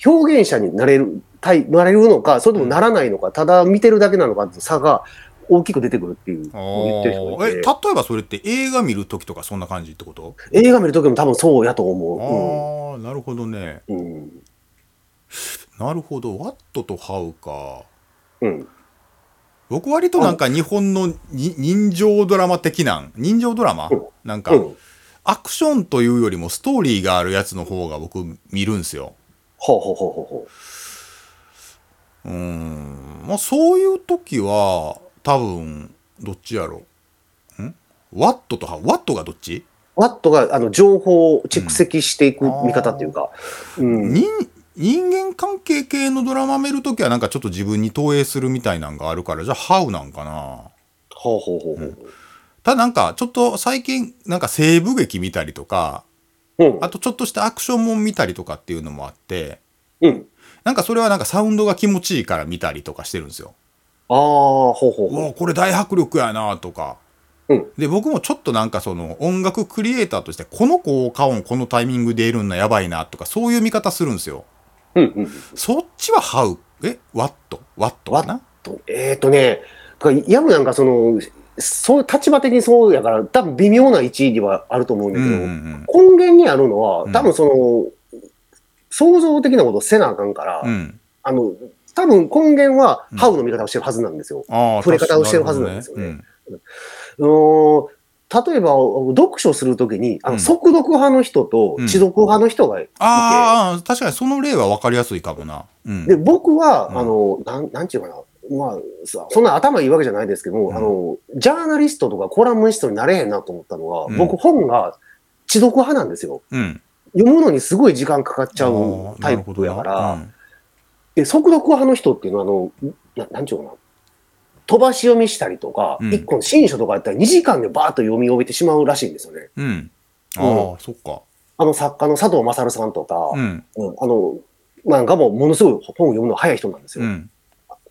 A: 表現者になれる、たいなれるのか、それともならないのか、ただ見てるだけなのかって差が大きく出てくるっていう
B: あ
A: のを言ってる人
B: ー
A: が
B: え、
A: い
B: 例え
A: て、
B: ばそれって映画見るときとかそんな感じってこと
A: 映画見るときも多分そうやと思
B: ああ、なるほどね。
A: う。うん。うん。
B: なるほど。ワットとハウか。
A: うん。
B: 僕割となんか日本のに人情ドラマ的なん人情ドラマ
A: うん
B: なんか
A: うん。
B: アクションというよりもストーリーがあるやつの方が僕見るんすよ。
A: ほうほうほうほうほう。
B: うーん。まあそういう時は多分どっちやろう。んワットとハウ。ワットがどっち
A: ワットがあの情報を蓄積していく見方っていうか、うん
B: 人人間関係系のドラマ見るときはなんかちょっと自分に投影するみたいなんがあるからじゃあハウなんかな
A: ほうほうほうほう。
B: ただなんかちょっと最近なんか西部劇見たりとか
A: うん
B: あとちょっとしたアクションもん見たりとかっていうのもあって
A: うん。
B: なんかそれはなんかサウンドが気持ちいいから見たりとかしてるんですよ
A: ああ、ほうほう
B: う
A: ほ
B: わこれ大迫力やなとか、
A: うん
B: で僕もちょっとなんかその音楽クリエイターとしてこの効果音このタイミングで得るのやばいなとかそういう見方するんですよ
A: う。うんうん。
B: そっちはハウえワットワットかな
A: とえっ、ー、とね、だからヤムなんかその、そう立場的にそうやから、多分微妙な位置にはあると思うんだ
B: う
A: け
B: ん
A: ど、
B: うんうん
A: 根源にあるのは
B: う、ん
A: 多分その、想像的なことをせなあかんから、
B: うん、
A: あの、多分根源は
B: うん
A: ハウの見方をしてるはずなんですよ。
B: ああ
A: 触れ方をしてるはずなんですよね
B: 確かに
A: うーん例えば、読書するときに、あ
B: うん
A: の、速読派の人と、
B: うん
A: 知読派の人が
B: ああ確かにその例は分かりやすいかもな、うん、
A: で、僕は、
B: うん
A: あの、なん、なんちゅうかな。まあ、さそんな頭いいわけじゃないですけど、
B: ん
A: あの、ジャーナリストとかコラムニストになれへんなと思ったのは、
B: うん
A: 僕本が知読派なんですよ。
B: うん
A: 読むのにすごい時間かかっちゃ
B: あ
A: う
B: ーな
A: タ
B: る
A: イ
B: ほ
A: プ
B: ど
A: や
B: な
A: から、
B: うん
A: で、速読派の人っていうのは、あの、ななんちゅうかな。飛ばし読みしたりとか、
B: うん
A: 一個の新書とかやったら2時間でバーッと読み終えてしまうらしいんですよね。
B: うん。ああ、そっか。
A: あの作家の佐藤勝さんとか、
B: うん。
A: うんあの、なんかもうものすごい本を読むの早い人なんですよ。
B: うん。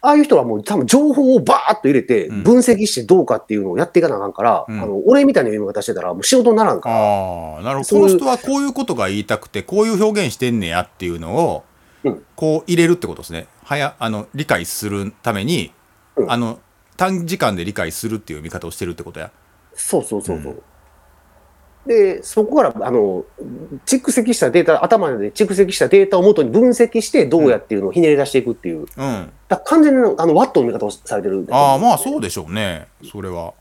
A: ああいう人はもう多分情報をバーッと入れて、
B: うん
A: 分析してどうかっていうのをやっていかなあかんから、
B: うん
A: あの俺みたいな読み方してたらもう仕事にならんから。
B: ああなるほど
A: そう
B: この人はこういうことが言いたくてこういう表現してんねやっていうのを
A: うん
B: こう入れるってことですねはやあの理解するために、
A: うん
B: あの短時間で理解するっていう見方をしてるってことや
A: そうそうそうそう。で、そこから、あの、蓄積したデータ、頭で蓄積したデータを元に分析して、どうやっていうのをひねり出していくっていう。
B: うんあ
A: だから完全にあの、ワットの見方をされてるんだと思
B: あ
A: う
B: まあそうでしょうねそれは
A: だか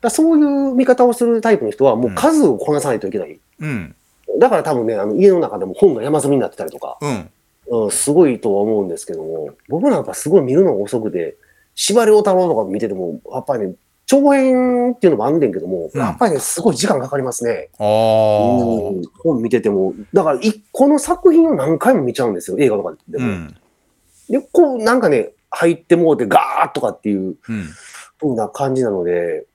A: らそういう見方をするタイプの人は、もう数をこなさないといけない。
B: うん
A: だから多分ね、あの、家の中でも本が山積みになってたりとか、
B: うん
A: うん、すごいとは思うんですけども、僕なんかすごい見るのが遅くて、司馬遼太郎とか見てても、やっぱりね、長編っていうのもあんねんけども、
B: うん
A: やっぱりね、すごい時間かかりますね。
B: ああ
A: うん本見てても、だから一個の作品を何回も見ちゃうんですよ、映画とかで
B: う
A: も。
B: ん
A: で、こうなんかね、入ってもうてガーッとかっていう
B: うん
A: 風な感じなので、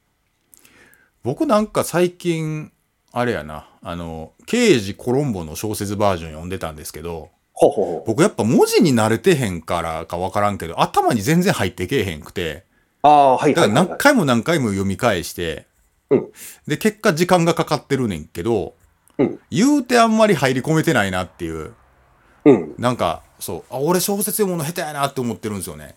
B: 僕なんか最近あれやなあの刑事コロンボの小説バージョン読んでたんですけど
A: ほうほうほう。
B: 僕やっぱ文字に慣れてへんからかわからんけど頭に全然入ってけえへんくて
A: ああ、はい
B: だ
A: は
B: か
A: い
B: ら
A: はい、
B: 何回も何回も読み返して、
A: うん
B: で結果時間がかかってるねんけど、
A: うん
B: 言うてあんまり入り込めてないなっていう
A: うん。
B: なんかそうあ俺小説読むの下手やなって思ってるんですよね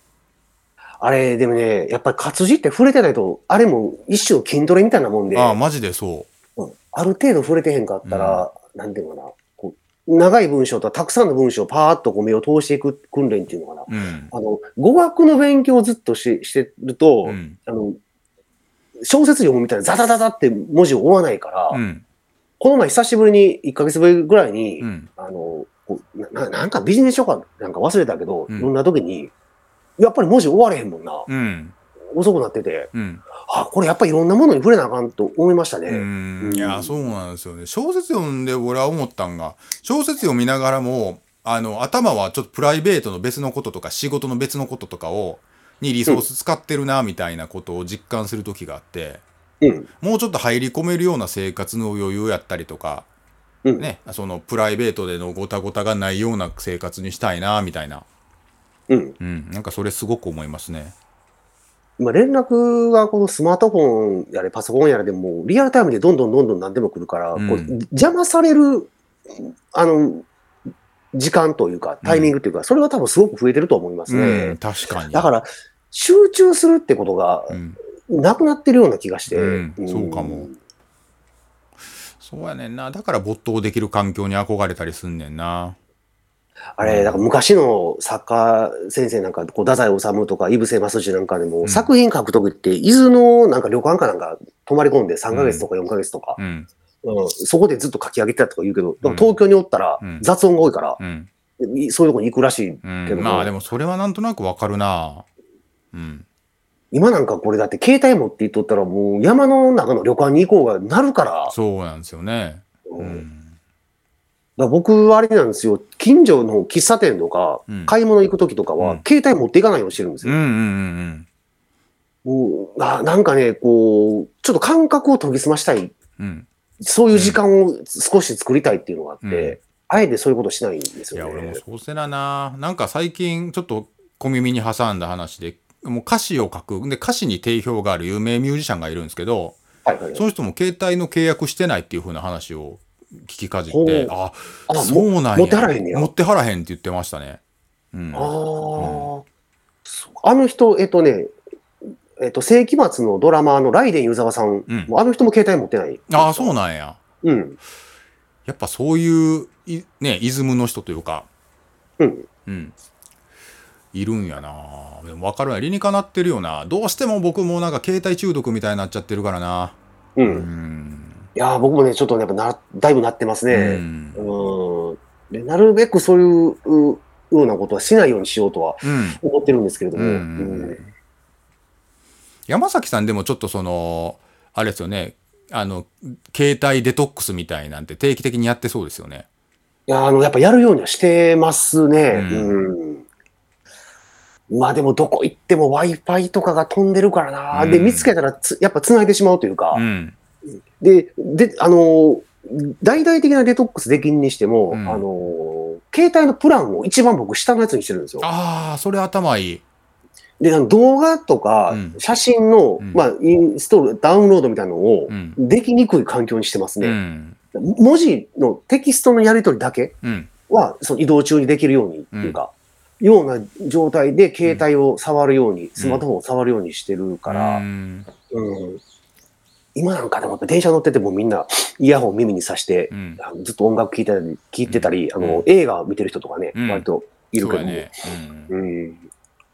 A: あれ、でもね、やっぱり活字って触れてないと、あれも一種の筋トレみたいなもんで、
B: ああマジでそ
A: うんある程度触れてへんかったら、なんていうのかな、こう長い文章とたくさんの文章をパーッとこう目を通していく訓練っていうのかな。
B: ううん
A: あの、語学の勉強をずっとししてると、
B: うん
A: あの、小説読むみたいなザザザザって文字を追わないから、
B: うん
A: この前久しぶりに、1ヶ月ぶりぐらいに、
B: うん
A: あの、こうなななんかビジネス書かなんか忘れたけど、
B: うん
A: 読んだ時に、やっぱり文字追われへんもんな。
B: うん
A: 遅くなってて、
B: うん
A: あ、これやっぱりいろんなものに触れなあかんと思いましたね。
B: うん
A: うん
B: いやそうなんですよね小説読んで俺は思ったんが小説読みながらもあの頭はちょっとプライベートの別のこととか仕事の別のこととかをにリソース使ってるなみたいなことを実感する時があって、
A: うん。
B: もうちょっと入り込めるような生活の余裕やったりとか、
A: うん
B: ね、そのプライベートでのごたごたがないような生活にしたいなみたいな、
A: うん。
B: うん、なんかそれすごく思いますね。
A: 今連絡がこのスマートフォンやれ、パソコンやれでも、リアルタイムでどんどんどんどん何でも来るから、
B: うん
A: こう邪魔される、あの、時間というか、タイミングというか、それは多分すごく増えてると思いますね。
B: うん、確かに。
A: だから、集中するってことが
B: うん、
A: なくなってるような気がして。
B: うんそうかも。そうやねんな。だから没頭できる環境に憧れたりすんねんな。
A: あれ、だから昔の作家先生なんか、こう、太宰治とか、井伏正治なんかでも、
B: うん
A: 作品書くときって、伊豆のなんか旅館かなんか泊まり込んで3ヶ月とか4ヶ月とか、
B: うん、
A: うんそこでずっと書き上げてたとか言うけど、でも
B: うん
A: 東京におったら
B: うん
A: 雑音が多いから、
B: うん、
A: いそういうとこに行くらしい。
B: う
A: けど
B: ん。
A: も
B: まあでもそれはなんとなくわかるな。うん。
A: 今なんかこれだって携帯持って言っとったらもう山の中の旅館に行こうがなるから、
B: そうなんですよね。う
A: うんだ
B: ん。
A: から僕はあれなんですよ、近所の喫茶店とか
B: うん、
A: 買い物行く時とか
B: う
A: は
B: ん、
A: 携帯持っていかないようにしてるんです
B: うんうん
A: よ。
B: うん
A: もうあなんかね、こう、ちょっと感覚を研ぎ澄ましたい、
B: うん。うん。
A: そういう時間を少し作りたいっていうのがあって、
B: うん
A: あえてそういうことしないんです
B: いや
A: よ
B: 俺も
A: ね。
B: そうせなななんか最近ちょっと小耳に挟んだ話でもう歌詞を書くで歌詞に定評がある有名ミュージシャンがいるんですけど
A: はいはいはい
B: その人も携帯の契約してないっていう風な話を聞きかじっ
A: ほ
B: て
A: う
B: あ
A: あもう
B: そうなんや
A: 持ってはらへんねや
B: 持ってはらへんって言ってましたね、うん、
A: あーそうあの人、えっとね、えっと、世紀末のドラマーのライデン湯沢さん、
B: うん
A: もうあの人も携帯持ってない。
B: あーそうなんや
A: うん。
B: やっぱそういういねイズムの人というか
A: うん。
B: うん。いるんやなでも分かるな理にかなってるよなどうしても僕もなんか携帯中毒みたいになっちゃってるからな
A: う。
B: うんん
A: いやー僕もね、ちょっとねやっぱな、だいぶなってます
B: う
A: ね。
B: ん
A: うん。でなるべくそういううようなことはしないようにしようとは
B: うん
A: 思ってるんですけれども。
B: う
A: うんん
B: 山崎さんでもちょっとそのあれですよねあの携帯デトックスみたいなんて定期的にやってそうですよね。
A: いやーあの、やっぱやるようにはしてますね。
B: う
A: うんん。まあでも、どこ行っても Wi-Fi とかが飛んでるからな。
B: うん
A: で、見つけたらつ、やっぱ繋いでしまうというか。
B: うん
A: で、で、あのー大々的なデトックスできんにしても、
B: うん
A: あのー携帯のプランを一番僕下のやつにしてるんですよ。
B: ああそれ頭いい。
A: で、あの動画とか
B: うん
A: 写真の、
B: うん
A: まあ、インストール、ダウンロードみたいなのを
B: うん
A: できにくい環境にしてます
B: う
A: ね。
B: ん
A: 文字のテキストのやり取りだけ
B: うん
A: は、その移動中にできるようにっていうか、ような状態で携帯を触るように、スマートフォンを触るようにしてるから、
B: うん
A: うん今なんかでもやっぱ電車乗っててもみんなイヤホン耳にさして
B: う、ん
A: あのずっと音楽聴いてたり聞いてたり、
B: うん
A: あの映画見てる人とかね、
B: うん
A: 割といる
B: そう
A: け
B: だ
A: ど、
B: ねうん
A: うん、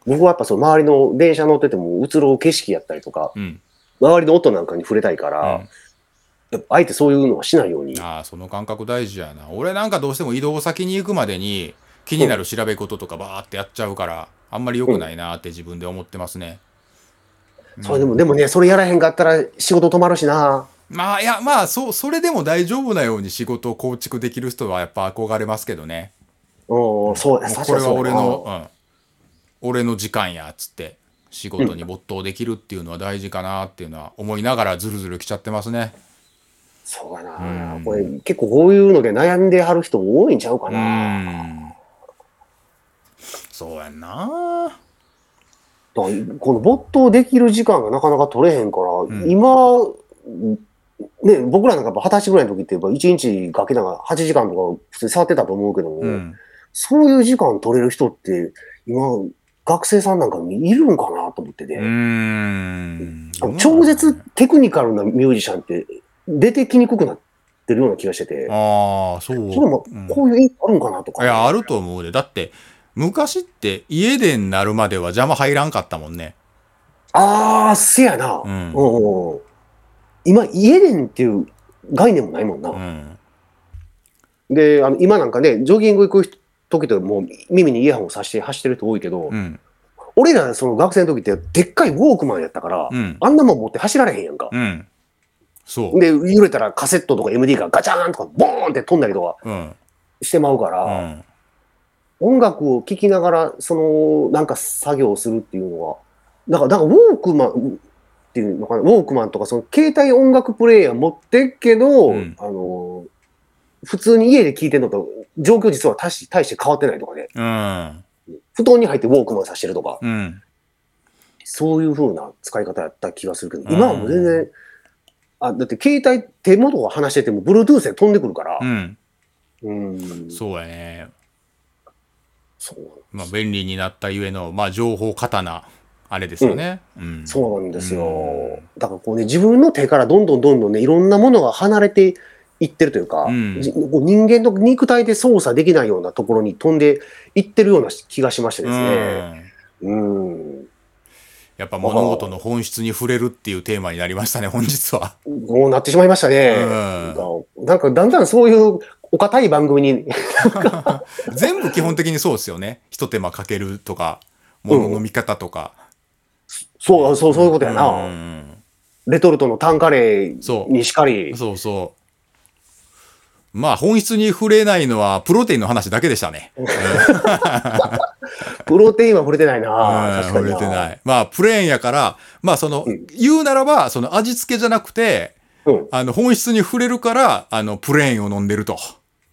A: 僕はやっぱその周りの電車乗ってても映る景色やったりとか
B: うん
A: 周りの音なんかに触れたいか
B: う
A: ら、
B: ん
A: やっぱあえてそういうのはしないように。
B: ああその感覚大事やな俺なんかどうしても移動先に行くまでに気になる調べ事とかバーってやっちゃうからあんまり良くないなって自分で思ってますね、うん
A: それでもでもねそれやらへんかったら仕事止まるしな
B: まあいやまあそうそれでも大丈夫なように仕事を構築できる人はやっぱ憧れますけどね
A: うんそう
B: もうこ
A: 確か
B: れは
A: にそう
B: 俺
A: だな
B: の、うん、俺の時間やっつって仕事に没頭できるっていうのは大事かなっていうのは思いながらずるずる来ちゃってますね。
A: そうやな、
B: うん
A: これ結構こういうので悩んではる人多いんちゃうか
B: う
A: な、
B: んそうやんな
A: だからこの没頭できる時間がなかなか取れへんから、
B: ん
A: 今、ね、僕らなんかやっぱ二十歳ぐらいの時ってやっぱ1日ガキだから8時間とか普通に触ってたと思うけども、
B: うん
A: そういう時間取れる人って今学生さんなんかにいるんかなと思ってて、
B: うーん
A: あの超絶テクニカルなミュージシャンって出てきにくくなってるような気がしてて、
B: ああそう
A: それも
B: うん
A: こういう意味あるんかなとか。
B: いやあると思うでだって昔って家でになるまでは邪魔入らんかったもんね。
A: あー、せやな。
B: うん
A: うんうんうん今、家電っていう概念もないもんな。
B: うん
A: で、あの今なんかね、ジョギング行く時ともう耳にイヤホンをさして走ってる人多いけど、
B: うん
A: 俺らその学生の時ってでっかいウォークマンやったから、
B: うん
A: あんなもん持って走られへんやんか。
B: うんそう。
A: で、揺れたらカセットとか MD がガチャーンとかボーンって飛んだりとか
B: うん
A: してまうか
B: う
A: ら、
B: ん
A: 音楽を聴きながら、その、なんか作業をするっていうのは、だから、だからウォークマンっていうのかな、ウォークマンとか、その携帯音楽プレイヤー持ってっけど、
B: うん
A: あの、普通に家で聴いてるのと、状況実は大し大して変わってないとかね。
B: うん
A: 布団に入ってウォークマンさしてるとか、
B: うん
A: そういう風な使い方やった気がするけど、
B: うん
A: 今はもう全然、あだって携帯、手元が離してても、Bluetooth で飛んでくるから
B: う、ん
A: うん、
B: そうやね。
A: そう
B: まあ、便利になったゆえの、まあ、情報過多な、あれですよね。うん。
A: そうなんです
B: う
A: よ
B: ん。
A: だからこうね、自分の手からどんどんどんどんね、いろんなものが離れていってるというか、
B: うん
A: じこう人間の肉体で操作できないようなところに飛んでいってるような気がしましてですね。
B: うん
A: うん、
B: やっぱ物事の本質に触れるっていうテーマになりましたね、本日 は。
A: こうなってしまいましたね。
B: うん
A: なんかだんだんそういうお堅い番組に
B: 全部基本的にそうですよね。ひと手間かけるとか、物の見方とか。
A: そう、そう、そういうことやな。
B: うん
A: レトルトのタンカレ
B: そ
A: ー
B: う
A: にしかり。
B: そうそう。まあ、本質に触れないのは、プロテインの話だけでしたね。
A: プロテインは触れてないな。
B: うん
A: 確か
B: 触
A: に
B: れ
A: な。
B: てない。まあ、プレーンやから、まあ、その、
A: うん
B: 言うならば、その味付けじゃなくて、
A: うん。
B: あの、本質に触れるから、あの、プレーンを飲んでると。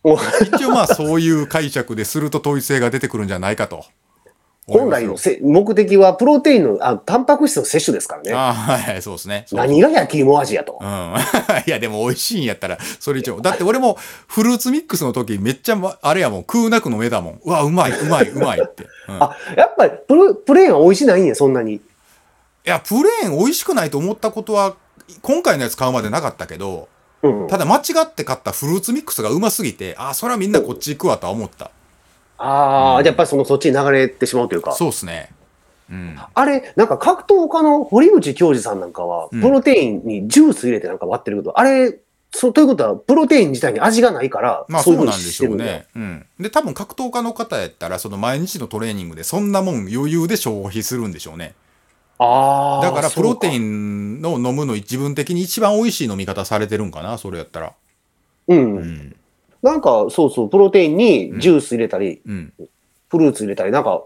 A: もう
B: 一応まあ、そういう解釈ですると統一性が出てくるんじゃないかと。
A: 本来のせ目的はプロテインの、あ、タンパク質の摂取ですからね。
B: ああ、はい、そうですね。そう
A: 何が焼き芋味やと
B: う。ん。 いや、でも美味しいんやったら、それ一応。だって俺も、フルーツミックスの時、めっちゃ、まあれやもん、食うなくの目だもん。うわ、うまい、うまい、うまいって。うん、
A: あ、やっぱりプロプレーンは美味しないんや、そんなに。
B: いや、プレーン美味しくないと思ったことは、今回のやつ買うまでなかったけど、
A: うんうん。
B: ただ間違って買ったフルーツミックスがうますぎて、ああ、それはみんなこっち行くわとは思った。
A: ああ、じゃあやっぱりそのそっちに流れてしまうというか。
B: そうっすね。うん。
A: あれ、なんか格闘家の堀口教授さんなんかは、
B: うん
A: プロテインにジュース入れてなんか割ってるけど、あれ、そうということは、プロテイン自体に味がないから、
B: まあ
A: そ
B: そう
A: いう
B: う
A: ふう
B: な
A: に
B: んで
A: し
B: してょ
A: る
B: うん
A: だよ
B: ね。うん。で、多分格闘家の方やったら、その毎日のトレーニングでそんなもん余裕で消費するんでしょうね。
A: ああ。
B: だからプロテイ
A: ン。
B: ンの飲むの自分的に一番美味しい飲み方されてるんかな、それやったら。
A: うん。
B: うん。
A: なんか、そうそう、プロテインにジュース入れたり、
B: うん。
A: フルーツ入れたり、なんか、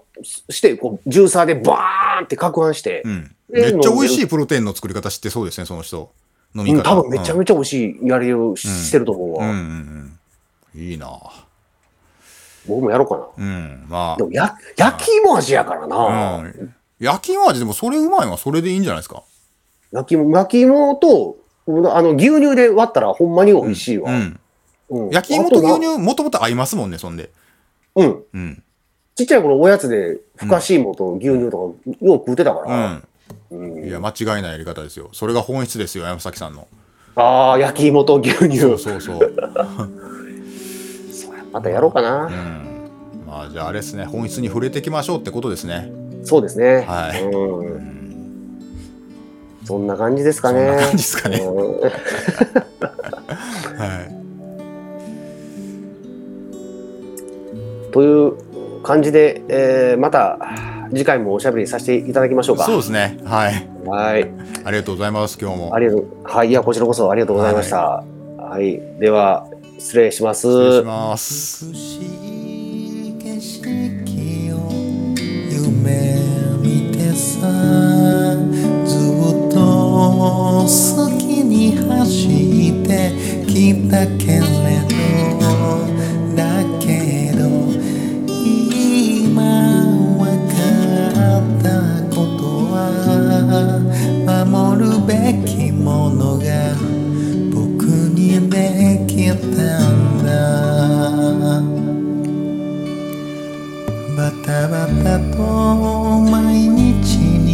A: して、こう、ジューサーでバーンって攪拌して
B: う、ん。
A: え
B: めっちゃ美味しいプロテインの作り方知ってそうですね、その人。飲み
A: うん、
B: 方。
A: 多分めちゃめちゃ美味しいやりをし,、てると思う
B: うん
A: わ。
B: うんうん。いいな
A: 僕もやろうかな。
B: うん。まあ
A: で。も、や、焼き芋味やからな。
B: うん焼き芋味でもそれうまいはそれでいいんじゃないですか
A: 焼き芋、焼き芋と、あの、牛乳で割ったらほんまに美味しいわ。
B: うん
A: うん
B: 焼き芋と牛
A: あ
B: 乳もともと合いますもんねそんで
A: なうん。
B: うん
A: ちっちゃい頃おやつで、ふかし芋と牛乳とかよく食うてたか
B: う
A: ら。
B: ん
A: うん
B: いや間違いないやり方ですよそれが本質ですよ山崎さんの
A: ああ、焼き芋と牛乳。
B: そうそうそう
A: またやろうか
B: う
A: な。
B: んまあじゃああれですね本質に触れていきましょうってことですね
A: そうですね。
B: はい
A: うん
B: うん
A: そんな感じですか
B: そんな
A: ね。
B: 感じですかね
A: うん
B: はい
A: という感じで、えーまた次回もおしゃべりさせていただきましょうか。
B: そうですねはい
A: はい。
B: ありがとうございます今日も
A: ありがとう。はい。いや、こちらこそありがとうございました。はい。では、失礼します。
B: 失礼します
C: 美しい景色を夢見てさずっと好きに走ってきたけれどだけど今わかったことは守るべきものが僕にできたんだバタバタと毎日に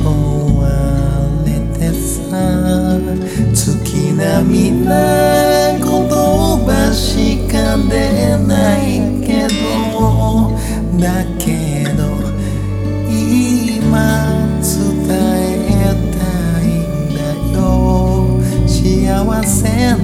C: 追われてさ月並みな言葉しか出ないけどだけど今伝えたいんだよ幸せな